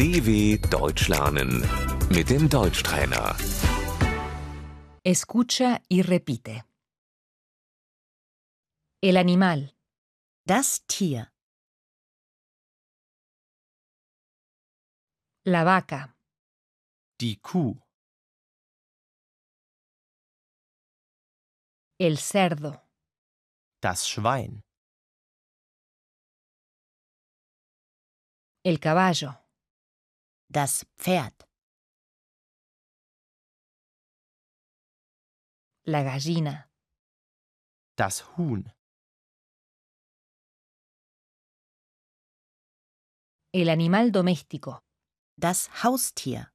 DW Deutsch lernen mit dem Deutschtrainer. Escucha y repite. El animal, Das Tier, la vaca, Die Kuh, el cerdo, das Schwein, el caballo, das Pferd, la gallina, das Huhn, el animal doméstico, das Haustier,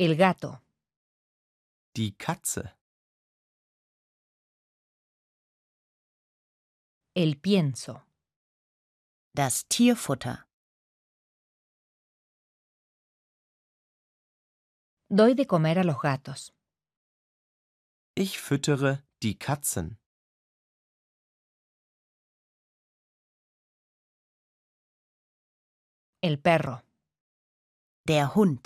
el gato, die Katze, el pienso, das Tierfutter, doy de comer a los gatos, ich füttere die Katzen, el perro, der Hund,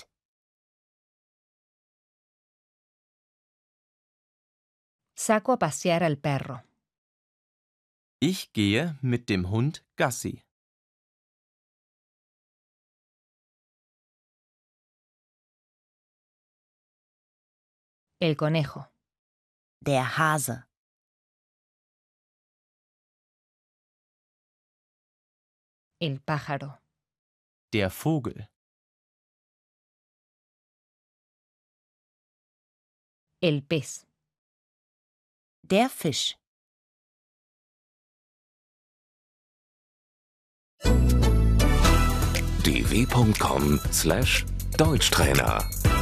saco a pasear al perro, ich gehe mit dem Hund Gassi, el conejo, der Hase, el pájaro, der Vogel, el pez, der Fisch. dw.com/deutschtrainer